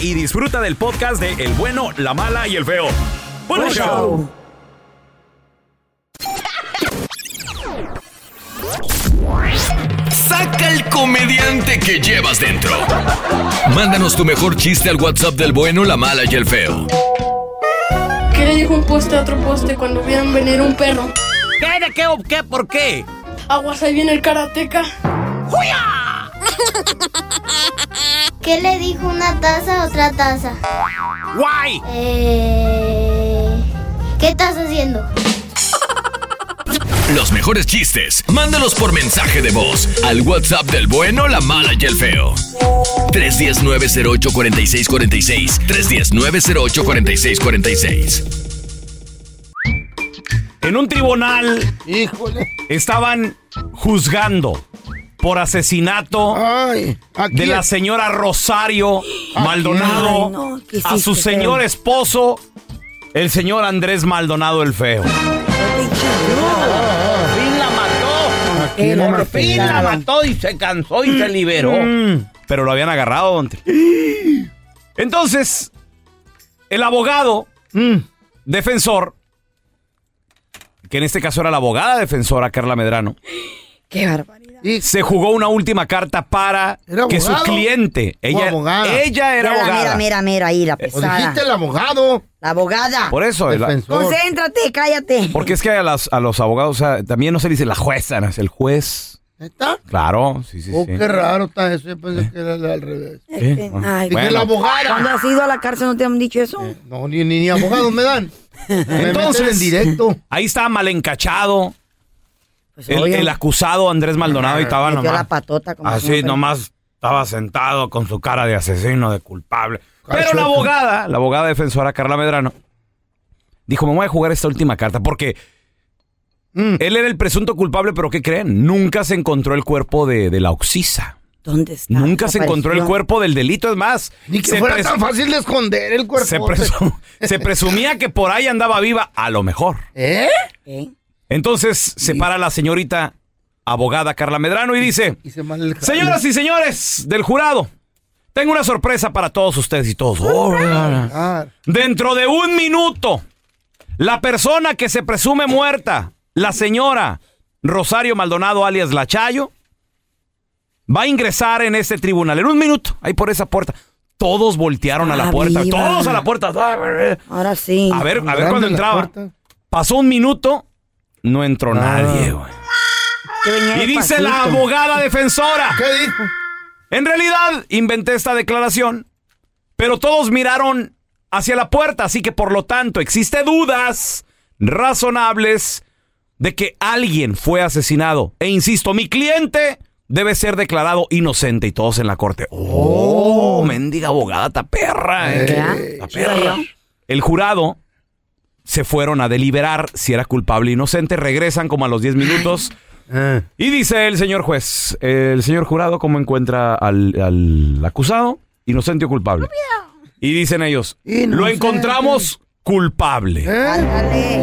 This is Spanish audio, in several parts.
y disfruta del podcast de El bueno, la mala y el feo. Buen Buen show. Saca el comediante que llevas dentro. Mándanos tu mejor chiste al WhatsApp del bueno, la mala y el feo. ¿Qué le dijo un poste a otro poste cuando vieron venir un perro? ¿Qué? ¿De qué? o ¿Qué? ¿Por qué? Aguas, ahí viene el karateca. ¿Qué le dijo una taza a otra taza? ¡Guay! Eh, ¿Qué estás haciendo? Los mejores chistes, mándalos por mensaje de voz al WhatsApp del bueno, la mala y el feo. 319-08-4646. 319-08-4646. En un tribunal Híjole. estaban juzgando por asesinato Ah, Ay, aquí de la señora Rosario Maldonado Ay, no, ¿qué a su hiciste, feo? señor esposo, el señor Andrés Maldonado el Feo. fin la mató. aquí no me Por fin la pegaron. mató y se cansó y se liberó. Mm, pero lo habían agarrado, don Tri. Entonces, el abogado mm, defensor, que en este caso era la abogada defensora, Carla Medrano, Qué barbaridad. se jugó una última carta para ¿Era que su abogado? cliente, ¿O ella, abogada? ella Mira, mira, era abogada. Pues mira, mira, ahí la O pesada. dijiste el abogado. La abogada. Por eso, la- defensor. Concéntrate, cállate. porque es que a, las- a los abogados o sea, también no se le dice la jueza, no, es el juez. ¿Neta? Claro, sí, sí, Oh, sí. qué raro está eso. Yo pensé que era al revés. Eh, Este, Ay, Bueno. Eh, Dije, la ¿Cuándo abogada. has ido a la cárcel no te han dicho eso? No, ni, ni, ni abogados me dan. Entonces- Entonces, en directo. Ahí estaba mal encachado Pues, el, obvio, el acusado Andrés Maldonado y estaba metió la nomás. patota como Así siempre. nomás estaba sentado con su cara de asesino, de culpable. Pero Cachueca. la abogada, la abogada defensora Carla Medrano, dijo, me voy a jugar esta última carta porque Mm. él era el presunto culpable, pero ¿qué creen? Nunca se encontró el cuerpo de, de la Oxisa. Ah, ¿Dónde está? Nunca se encontró el Desapareció. cuerpo del delito. Es más, Ni que se, fuera pres- tan fácil de esconder el cuerpo. se presu- se presumía que por ahí andaba viva, a lo mejor. ¿Eh? ¿Eh? Entonces se para la señorita abogada Carla Medrano y dice... Hice mal el jale. Señoras y señores del jurado, tengo una sorpresa para todos ustedes y todos. Oh, Ah, Dentro de un minuto, la persona que se presume muerta, la señora Rosario Maldonado alias La Chayo, va a ingresar en este tribunal. En un minuto, ahí por esa puerta. Todos voltearon a la Ah, puerta. viva. Todos a la puerta. A Ahora sí. ver, a ver grande cuando la entraba. puerta. Pasó un minuto, no entró Ah. nadie, güey. que venía Y dice despacito. la abogada defensora. ¿Qué dijo? En realidad, inventé esta declaración, pero todos miraron hacia la puerta, así que por lo tanto existe dudas razonables de que alguien fue asesinado. E insisto, mi cliente debe ser declarado inocente y todos en la corte. ¡Oh! mendiga abogada, ta perra, eh. ¿Qué? Ta perra. El jurado se fueron a deliberar si era culpable o inocente, regresan como a los 10 minutos. Eh. Y dice el señor juez, el señor jurado, ¿cómo encuentra al, al acusado? Inocente o culpable. Y dicen ellos, lo encontramos culpable. Eh,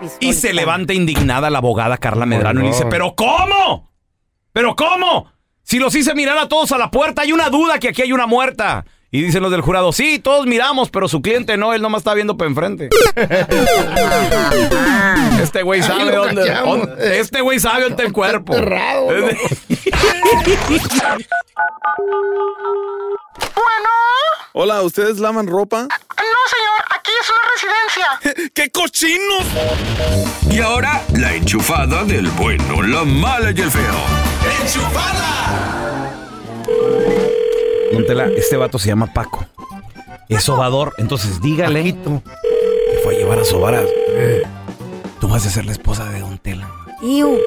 pues, Y se levanta indignada la abogada Carla Medrano y dice, pero ¿cómo? ¿Pero cómo? Si los hice mirar a todos a la puerta, hay una duda que aquí hay una muerta. Y dicen los del jurado, sí, todos miramos, pero su cliente no, él nomás está viendo para enfrente. este güey sabe Ahí lo dónde, cachamos. dónde- Este güey sabe dónde está el cuerpo. Bueno, Hola, ¿ustedes lavan ropa? Ah, no señor, aquí es una residencia. ¡Qué cochinos! Y ahora, la enchufada del bueno, la mala y el feo. Don Tela, este vato se llama Paco. Es sobador, entonces dígale que fue a llevar a sobar a... Tú vas a ser la esposa de Don Tela. Iu.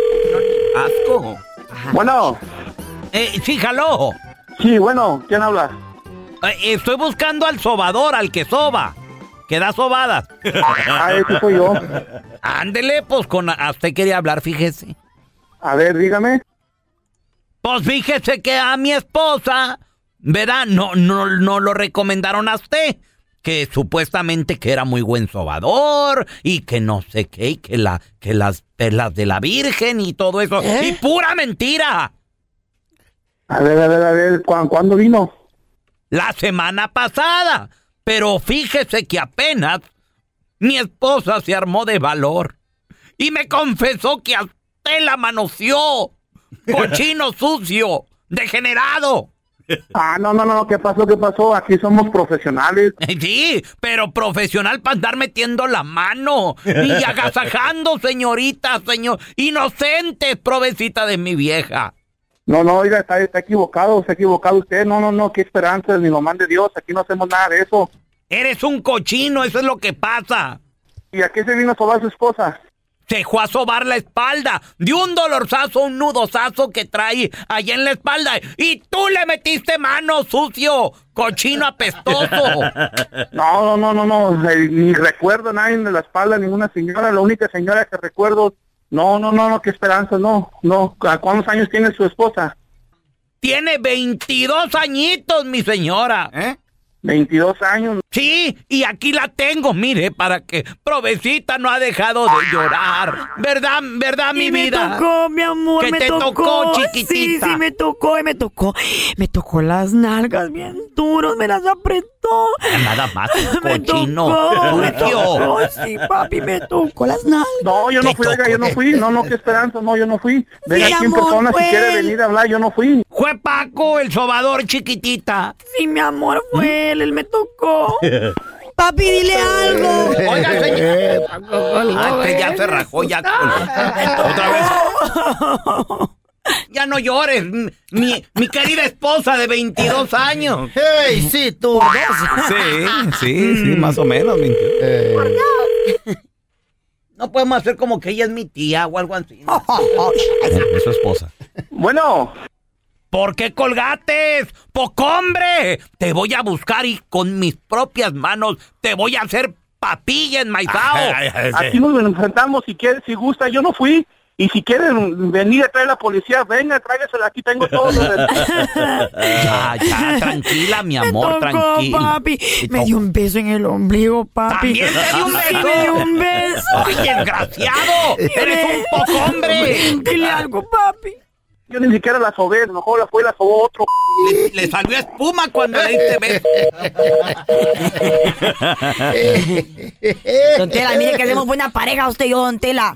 Asco. Bueno. Eh, sí, jaló. Sí, bueno, ¿quién habla? Eh, estoy buscando al sobador, al que soba. Que da sobadas. Ah, ese soy yo. Ándele, pues con a usted quería hablar, fíjese. A ver, dígame. Pues fíjese que a mi esposa, ¿verdad? No, no, no lo recomendaron a usted. Que supuestamente que era muy buen sobador y que no sé qué, y que, la, que las perlas de la Virgen y todo eso. ¡Y pura mentira! A ver, a ver, a ver, ¿cuán- ¿cuándo vino? la semana pasada. Pero fíjese que apenas mi esposa se armó de valor y me confesó que a usted la manoseó. Cochino sucio, degenerado. Ah, no, no, no, ¿qué pasó? ¿Qué pasó? Aquí somos profesionales. Eh, Sí, pero profesional para andar metiendo la mano y agasajando, señorita, señor. Inocentes, provecita de mi vieja. No, no, oiga, está, está equivocado, está equivocado usted. No, no, no, qué esperanza, ni lo mande Dios, aquí no hacemos nada de eso. Eres un cochino, eso es lo que pasa. ¿Y a qué se vino a sobar su esposa? Se fue a sobar la espalda. De un dolorzazo, un nudosazo que trae allá en la espalda. Y tú le metiste mano, sucio, cochino apestoso. No, no, no, no, no, eh, ni recuerdo a nadie de la espalda, ninguna señora, la única señora que recuerdo. No, no, no, no, qué esperanza, no, no. ¿A cuántos años tiene su esposa? Tiene 22 añitos, mi señora. ¿Eh? 22 años. Sí, y aquí la tengo, mire, para que provecita no ha dejado de llorar. ¿Verdad, verdad, mi Y me vida? tocó, mi amor, Que me te tocó, Sí, chiquitita. sí, me tocó, y me tocó. Me tocó las nalgas bien duros, me las apretó. Nada más, Me cochino. tocó, me sucio. tocó, sí, papi, me tocó las nalgas. No, yo no fui, oiga, yo no fui, no, no, qué esperanza, no, yo no fui. Venga Sí, aquí en amor, pues. persona fue si quiere él. venir a hablar, yo no fui. Fue Paco, el sobador chiquitita. Sí, mi amor, fue él, él me tocó. Papi, dile algo. Oiga, señor. Ah, que ya se rajó, ya. Otra vez. Ya no llores, m- mi, mi querida esposa de 22 años. ¡Hey, sí, tú! Sí, sí, sí, Mm. más o menos. mi- Eh. No podemos hacer como que ella es mi tía o algo así. Es su esposa. Bueno. ¿Por qué colgates? ¡Pocombre! Te voy a buscar y con mis propias manos te voy a hacer papilla enmaizao. Aquí nos enfrentamos si quiere, si gusta, yo no fui. Y si quieren venir a traer la policía, venga, tráigasela, aquí tengo todo. Ya, ya, tranquila, mi tocó, amor, tranquila. papi. Me dio un beso en el ombligo, papi. ¿También te dio un Sí, beso? me dio un beso. ¡Ay, desgraciado! ¡Eres un poco hombre! Dile algo, papi. Yo ni siquiera la sobé, a lo mejor la fue y la sobó otro. Le, le salió espuma cuando le diste beso. Don Tela, mire que hacemos buena pareja usted y yo, Don Tela.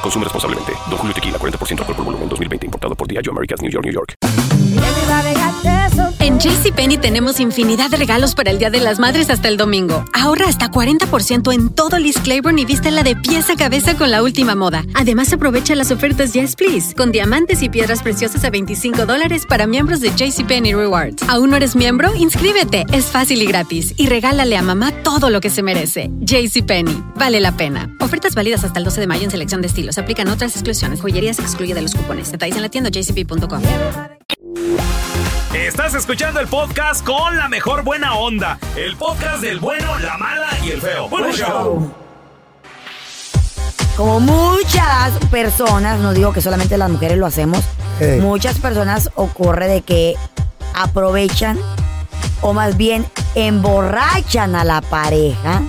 Consume responsablemente. Don Julio Tequila, 40% alcohol por volumen 2020, importado por Diageo Americas, New York, New York. En JCPenney tenemos infinidad de regalos para el Día de las Madres hasta el domingo. Ahorra hasta 40% en todo Liz Claiborne y vístela de pies a cabeza con la última moda. Además, aprovecha las ofertas Yes Please, con diamantes y piedras preciosas a 25 dólares para miembros de JCPenney Rewards. ¿Aún no eres miembro? Inscríbete, es fácil y gratis. Y regálale a mamá todo lo que se merece. JCPenney, vale la pena. Ofertas válidas hasta el 12 de mayo en selección de estilos. Aplican otras exclusiones. Joyería se excluye de los cupones. Detalles en la tienda jcp.com. Estás escuchando el podcast con la mejor buena onda. El podcast del bueno, la mala y el feo. Bueno, show. Como muchas personas, no digo que solamente las mujeres lo hacemos, Ey. muchas personas ocurre de que aprovechan o más bien emborrachan a la pareja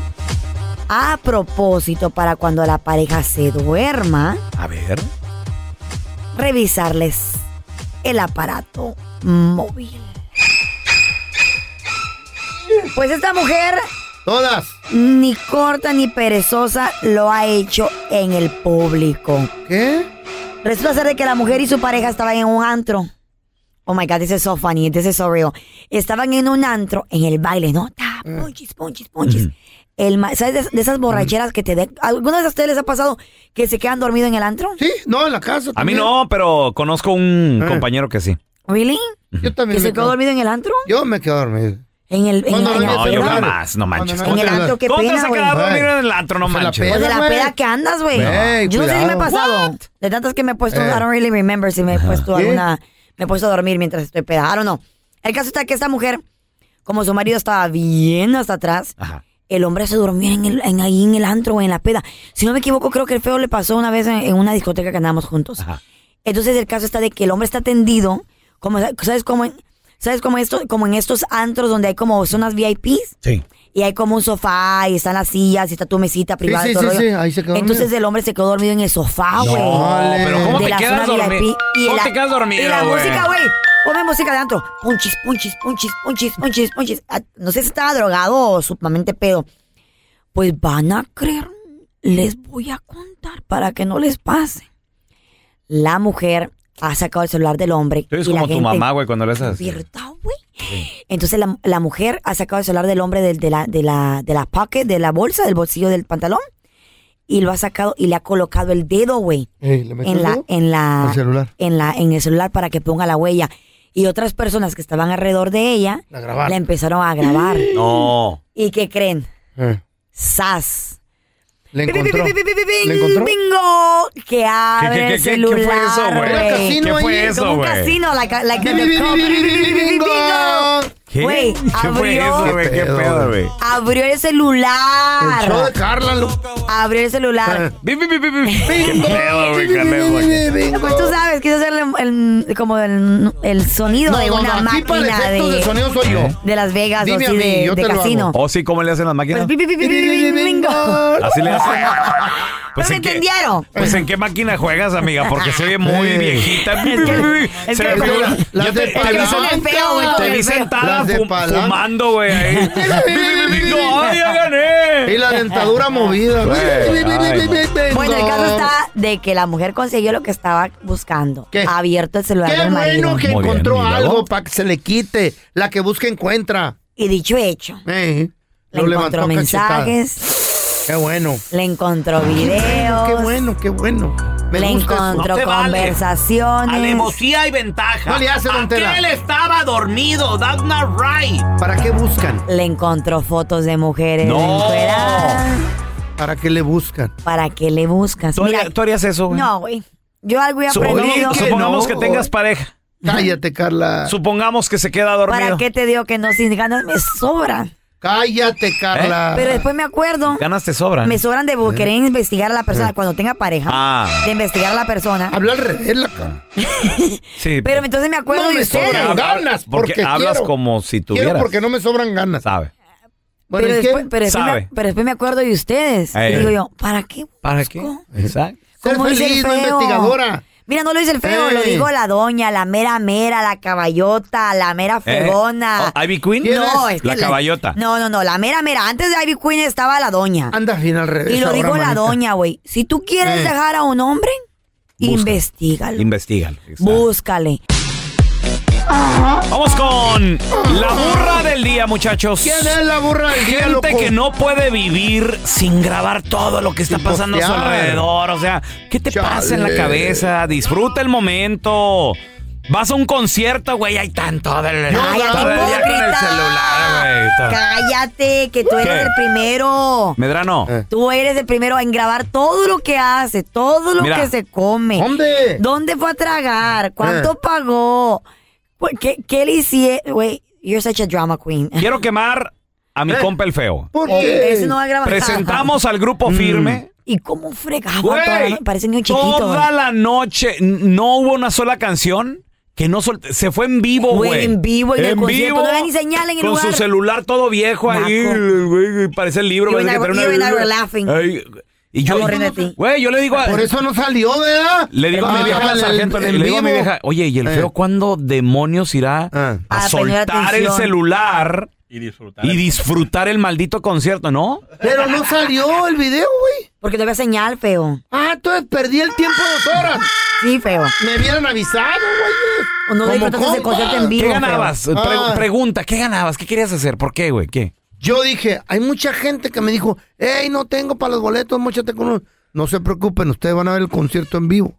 a propósito para cuando la pareja se duerma, A ver. revisarles el aparato móvil. Pues esta mujer... Todas. Ni corta ni perezosa lo ha hecho en el público. ¿Qué? Resulta ser de que la mujer y su pareja estaban en un antro. Oh my God, this is so funny, this is so real. Estaban en un antro, en el baile, ¿no? Ta, Mm. Ponchis, ponchis, ponchis. El ma- ¿Sabes de, de esas borracheras que te... de- ¿Alguna vez a ustedes les ha pasado que se quedan dormidos en el antro? Sí, no, en la casa. A mí no, pero conozco un Eh. compañero que sí. ¿Really? Yo también. ¿Que me se quedó quedo- dormido en el antro? Yo me quedo dormido. En el... En, No, en la- yo jamás, no manches. ¿Cómo en el te- antro, qué ¿Cómo te pena, vas a güey. quedar dormido en el antro? No Pues manches. Pues de la peda que andas, güey. Güey, Yo no sé si me ha cuidado. pasado. De tantas que me he puesto, Eh. I don't really remember si me he puesto ¿Sí? alguna. Me he puesto a dormir mientras estoy peda. I don't know. El caso está que esta mujer, como su marido estaba bien hasta atrás, el hombre se durmió en el, en, ahí en el antro, güey, en la peda. Si no me equivoco, creo que el feo le pasó una vez en, en una discoteca que andábamos juntos. Entonces el caso está de que el hombre está tendido, como, ¿sabes cómo? en- ¿Sabes cómo esto? Como en estos antros donde hay como zonas VIPs. Sí. Y hay como un sofá, y están las sillas, y está tu mesita privada. sí, y todo el sí, rollo. sí, ahí se quedó dormido. Entonces el hombre se quedó dormido en el sofá, güey. pero ¿cómo De te la quedas zona dormi- VIP. Y ¿Cómo la- te quedas dormido, Y la güey? música, güey. Ponme música de antro. Punchis, punchis, punchis, punchis, punchis, punchis. Ah, No sé si estaba drogado o sumamente pedo. Pues van a creer, les voy a contar para que no les pase. La mujer ha sacado el celular del hombre. Tú eres y la como tu gente- mamá, güey, cuando le haces así. ¿Verdad, güey? Entonces la, la mujer ha sacado el celular del hombre del- de, la, de, la, de la pocket, de la bolsa, del bolsillo del pantalón. Y lo ha sacado y le ha colocado el dedo, güey. Ey, ¿le metió En el la, dedo? en la. Al celular. En la, en el celular para que ponga la huella. Y otras personas que estaban alrededor de ella La grabaron. la empezaron a grabar. No. ¿Y qué creen? Eh. ¡Sas! Le encontró. Bing, bing, bing, bing, ¿Le encontró? ¡Bingo! Que abre qué, el qué, qué fue celular, eso, güey? ¿Era casino Como ahí? un ¿Qué fue eso, Como un güey? casino, like, like Bing, bing, bing, bing, bing, bing, bingo. ¿Qué? Güey, ¿Qué fue abrió- eso, güey? ¿Qué pedo, güey? Abrió el celular. El show de Carla, Abrió el celular. Ah. ¿Qué pedo, güey, Carlos, güey? Pues tú sabes, quise hacer el, el- como el, el sonido No, de no, una no, aquí para máquina efectos de, de sonido soy yo. de Las Vegas Dime o a así mí, de, yo de te lo casino. ¿O sí? ¿Cómo le hacen las máquinas? Pues, pi, pi, pi, pi, pi, pi, bingo. Así le hacen. Pues, ¿No me ¿en qué- entendieron? Pues en qué máquina juegas, amiga, porque se ve muy viejita. es Se que- ve figura- las Yo de te- te palanca. vi Las de feo, güey, sentada- con te el vi feo. sentada Las de fum- palanca. fumando, güey. ahí. Digo, ¡Ay, ya gané! Y la dentadura movida. Güey, ay, no. Bueno, el caso está de que la mujer consiguió lo que estaba buscando. Ha abierto el celular Qué del marido. bueno que encontró algo para que se le quite. La que busca encuentra. Y dicho hecho. Eh, Le encontró mensajes. Qué bueno. Le encontró Qué videos. bueno, qué bueno. Me Le gusta eso. encontró No te vale. A la conversaciones. emoción hay ventaja. No le hace, don Tela. Aquel estaba dormido. That's not right. ¿Para qué buscan? Le encontró fotos de mujeres. No. encueradas. ¿Para qué le buscan? ¿Para qué le buscas? ¿Tú Mira, harías- tú harías eso, güey? No, güey. Yo algo he aprendido. Supongamos, supongamos que tengas pareja. Cállate, Carla. Supongamos que se queda ¿Para dormido. qué te digo que no? Sin ganas me sobra. Cállate, Carla. Pero después me acuerdo. Ganas te sobran. Me sobran de bu- querer investigar a la persona cuando tenga pareja. Ah. De investigar a la persona. Habla al revés la cara. Sí. Pero entonces me acuerdo No de me ustedes. sobran ganas Porque, porque, hablas quiero. como si tuvieras. Quiero porque no me sobran ganas. Sabe. Bueno, pero, ¿y qué? después, pero, después Sabe. me, pero después me acuerdo de ustedes. Ey. Y digo yo, ¿para qué? ¿Para qué? Exacto. Ser ¿Cómo dice el feliz, no feo? investigadora. Mira, no lo dice el feo, Ey. lo digo la doña, la mera mera, la caballota, la mera fregona. Eh, Oh, ¿Ivy Queen? No, ¿Quién es? es que La caballota. No, no, no, la mera mera. Antes de Ivy Queen estaba la doña. Anda bien al revés. Y lo ahora, digo la manita. doña, güey. Si tú quieres Eh. dejar a un hombre, investigalo. Investígalo. Búscale. Vamos con la burra del día, muchachos. ¿Quién es la burra del día, Gente loco? que no puede vivir sin grabar todo lo que está pasando a su postear. alrededor. O sea, ¿qué te pasa en la Chale. cabeza? Disfruta el momento. Vas a un concierto, güey, hay tanto del No, todo el día con el celular, güey. Todo. Cállate, que tú eres ¿Qué? el primero. Medrano. Tú eres el primero en grabar todo lo que hace, todo lo Mira. que se come. ¿Dónde? ¿Dónde fue a tragar? ¿Cuánto Eh. pagó? Cu- ¿Qué, qué le hicieron? Güey, you're such a drama queen. Quiero quemar a mi compa el feo. ¿Por qué? Eso eh, no va a grabar. Presentamos al grupo firme. ¿Y cómo fregaba? Güey, toda la- Parece niño chiquito. Toda güey. la noche n- no hubo una sola canción que no sol- se fue en vivo, Güey, güey. en vivo, en el concierto, vivo, no había ni señal en el Con su lugar. celular todo viejo ahí, güey, parece el libro. You parece and que I- trae you and I were Ay, laughing. y yo, Estamos riendo de ti. güey, yo le digo a... Por eso no salió, ¿verdad? Ah, Le digo a mi vieja, la sargento, le, le digo a mi vieja, oye, ¿y el Eh. Ah. feo cuándo demonios irá a, A poner soltar el atención. celular y disfrutar, el maldito concierto, no? Pero no salió el video, güey. Porque no había señal, feo. Ah, entonces perdí el tiempo dos horas. Sí, feo. Me hubieran avisado, güey. No disfrutaste ese concierto en vivo, ¿Qué ganabas? feo. Pre- Ah. Pregunta, ¿qué ganabas? ¿Qué querías hacer? ¿Por qué, güey? ¿Qué? Yo dije, hay mucha gente que me dijo, hey, no tengo para los boletos, mochate con uno. No se preocupen, ustedes van a ver el concierto en vivo.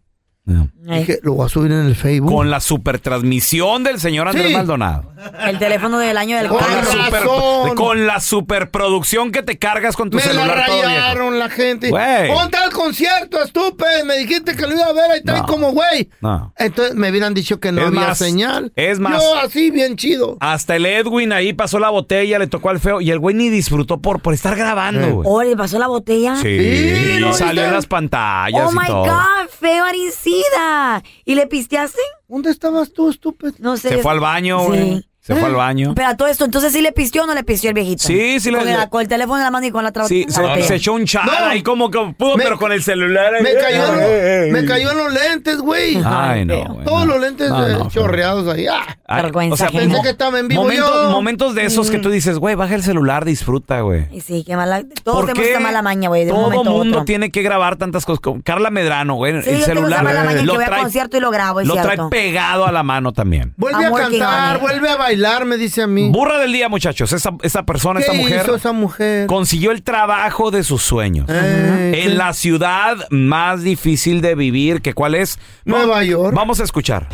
Dije, lo voy a subir en el Facebook. Con la supertransmisión del señor Andrés Sí. Maldonado. El teléfono del año del Con carro. Super- con la superproducción que te cargas con tu Me la celular todo viejo. rayaron la gente. Güey. Ponte al concierto, estúpido. Me dijiste que lo iba a ver, ahí está No. como güey. No. Entonces me hubieran dicho que no Es había más, señal. es más. Yo así, bien chido. Hasta el Edwin ahí pasó la botella, le tocó al feo y el güey ni disfrutó por, por estar grabando, güey. Oh, le pasó la botella. Sí, ¿no salió viste? en las pantallas Oh y my todo. God, feo Arincida. ¿Y le pisteaste? ¿Dónde estabas tú, estúpido? No sé. Se fue al baño, güey. Se fue al baño. Pero a todo esto, entonces sí le pisteó o no le pisteó el viejito. Sí, sí le- con la- Con el teléfono en la mano y con la otra Sí, la se, botella. se echó un chal No. ahí como que pudo, pero con el celular. ahí. Me cayó, en Ey, ey, lo- me ey. cayó en los lentes, güey. Ay, no, güey, Todos no. los lentes No, eh, no, chorreados ahí. Ah. Ah, o sea, pensé mo- que estaba en vivo momentos, yo. momentos de esos que tú dices, güey, baja el celular, disfruta, güey. Mm. Y sí, qué mala. Todos ¿Por tenemos qué esta mala maña, güey. De un Todo momento a otro. mundo tiene que grabar tantas cosas. Como Carla Medrano, Sí, güey, el yo tengo esa celular mala maña que lo voy a trae, concierto y lo grabo, es lo trae cierto. pegado a la mano también. Vuelve I'm a working on cantar, it. vuelve a bailar, me dice a mí. Burra del día, muchachos. Esa, esa persona, ¿Qué esta mujer, hizo esa mujer? Eh, consiguió el trabajo de sus sueños. en la ciudad más difícil de vivir, que cuál es? Nueva York. Vamos a escuchar.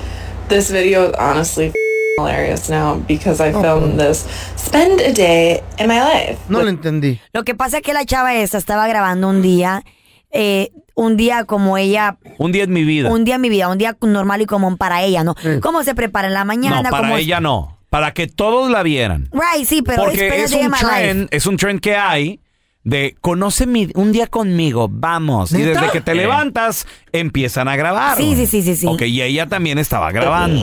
This video is honestly hilarious now because I filmed this. Spend a day in my life. No lo entendí. Lo que pasa es que la chava esta estaba grabando un día, eh, un día como ella, Un día en mi vida. un día en mi vida, un día normal y común para ella, ¿no? ¿Cómo se prepara en la mañana? no, para cómo es- ella no. Para que todos la vieran. Right, sí, pero Porque espérate, es un my life. trend, es un trend que hay de conoce mi- un día conmigo, vamos. Y ¿Neta? desde que te Eh. levantas, empiezan a grabar. Sí, sí, sí, sí, sí. Ok, y ella también estaba grabando.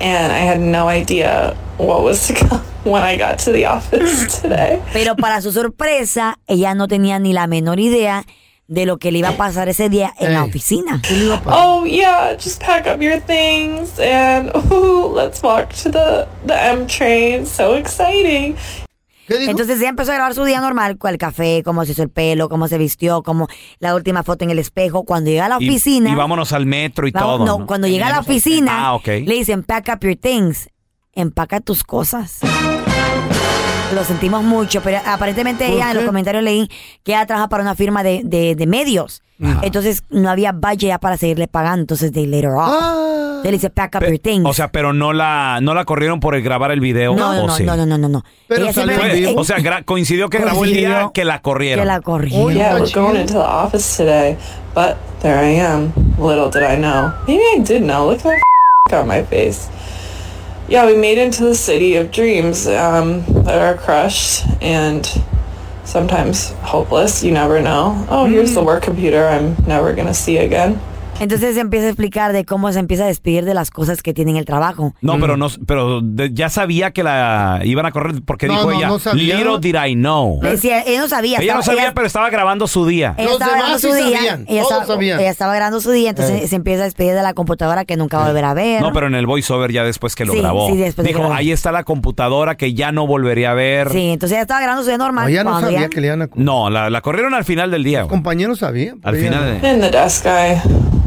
And I had no idea what was to come when I got to the office today. Pero para su sorpresa, ella no tenía ni la menor idea de lo que le iba a pasar ese día en la oficina. Oh yeah, just pack up your things and ooh, let's walk to the, the M train. So exciting. Entonces ella empezó a grabar su día normal, con el café, cómo se hizo el pelo, cómo se vistió, cómo la última foto en el espejo. Cuando llega a la Y- oficina, Y, vámonos al metro y vamos- todo. no, ¿no? cuando llega a la oficina, Ah, ok. le dicen pack up your things, empaca tus cosas. Lo sentimos mucho, pero aparentemente ¿Por ella en los qué? comentarios leí que ella trabaja para una firma de, de- de medios. Ajá. Entonces no había budget ya para seguirle pagando, entonces they let her off. Ah. They le dice pack up your things. Ah. O sea, pero no la, no la corrieron por el grabar el video. No, no, ¿o no, sí? no, no, no, no, no. Ella Fue- simplemente- o sea, gra- coincidió que grabó el día Coincidió que la corrieron. Yeah, we're going into the office today, but there I am. Little did I know. Maybe I did know. Look at that on my face. Yeah, we made it to the city of dreams um, that are crushed and sometimes hopeless. You never know. Oh, here's the work computer I'm never going to see again. Entonces empieza a explicar de cómo se empieza a despedir de las cosas que tiene en el trabajo. No, pero no, pero de- ya sabía que la iban a correr porque No, dijo no, ella. no sabía. Little did I know. Le decía, ella no sabía. ella no estaba- sabía, ella- pero estaba grabando su día. ella estaba grabando su día, ella estaba, ella estaba grabando su día, entonces Eh. se empieza a despedir de la computadora que nunca va a volver a ver. No, pero en el voiceover ya después que lo Sí, grabó. sí, después de dijo, grabar. ahí está la computadora que ya no volvería a ver. Sí, entonces ella estaba grabando su día normal. cuando ya- le iban a No, la, la corrieron al final del día. güey. Compañero sabía. Al final. de- In the desk guy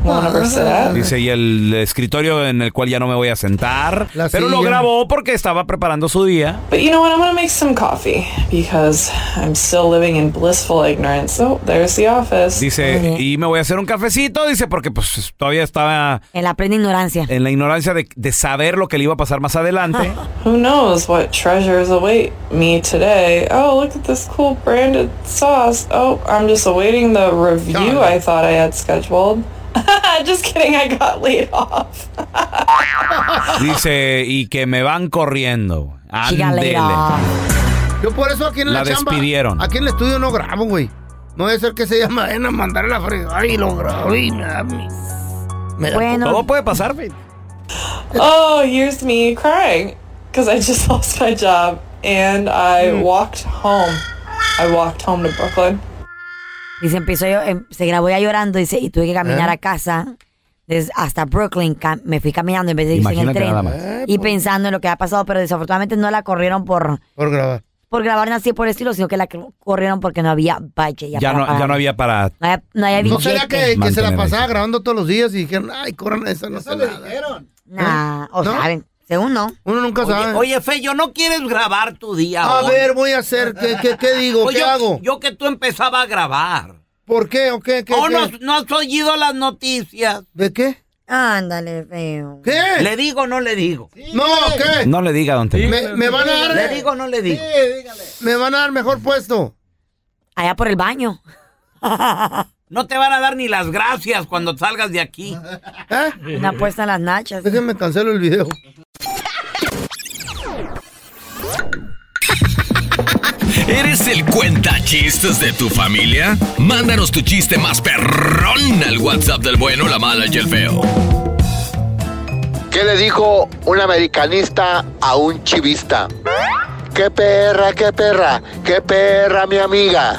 won't ever sit at. Dice, y el escritorio en el cual ya no me voy a sentar. pero lo silla. grabó porque estaba preparando su día. But you know what? I'm gonna make some coffee because I'm still living in blissful ignorance. Oh, there's the office. Dice, y me voy a hacer un cafecito, dice, porque pues todavía estaba En la plena ignorancia. en la ignorancia de, de saber lo que le iba a pasar más adelante. Who knows what treasures await me today? Oh, look at this cool branded sauce. Oh, I'm just awaiting the review I thought I had scheduled. just kidding, I got laid off. Dice, y que me van corriendo. Ándele. Yo por eso aquí en la, La chamba, despidieron. Aquí en el estudio no grabo, güey. No debe ser que se llama en a mandar a la fregada y lo grabo y nada, me- me da- Todo puede pasar, güey. oh, here's me crying because I just lost my job and I walked home. I walked home to Brooklyn. Dice, empezó yo, em, se grabó ya llorando, dice, y tuve que caminar ¿Eh? a casa desde, hasta Brooklyn. ca- me fui caminando en vez de irse en el Imagínate tren. nada más. Eh, Y pensando en lo que había pasado, pero desafortunadamente no la corrieron por, Por grabar. por grabar ni así por estilo, sino que la cor- corrieron porque no había budget. Ya, Ya para no, pagar. ya no había para. No había, no había ¿No será billete. que, eh? que se la Mantener pasaba grabando todos los días y dijeron, ay, corran esa no se le dijeron? Nah, o saben, según no. Uno nunca sabe. Oye, Feyo, ¿no quieres grabar tu día a hoy? ver, voy a hacer, ¿qué, qué, qué digo? Oye, ¿Qué yo- hago? Yo que tú empezaba a grabar. ¿Por qué o qué? qué, ¿O qué? no, has- no has oído las noticias? ¿De qué? Ándale, feo. ¿Qué? ¿Le digo o no le digo? No, ¿qué? No le diga, don Teli. Me, me van a dar... ¿Le digo o no le digo? Me van a dar mejor puesto. Allá por el baño. No te van a dar ni las gracias cuando salgas de aquí. Una apuesta en las nachas. ¿Eh? Déjenme cancelo el video. ¿Eres el cuenta chistes de tu familia? Mándanos tu chiste más perrón al WhatsApp del bueno, la mala y el feo. ¿Qué le dijo un americanista a un chivista? ¡Qué perra, qué perra! ¡Qué perra, mi amiga!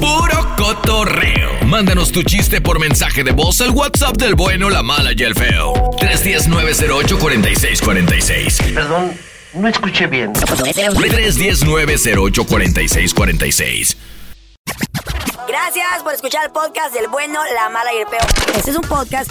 Puro cotorreo. Mándanos tu chiste por mensaje de voz al WhatsApp del bueno, la mala y el feo. 319-08-4646. Perdón, no escuché bien. 319-08-4646. Gracias por escuchar el podcast del bueno, la mala y el peor. Este es un podcast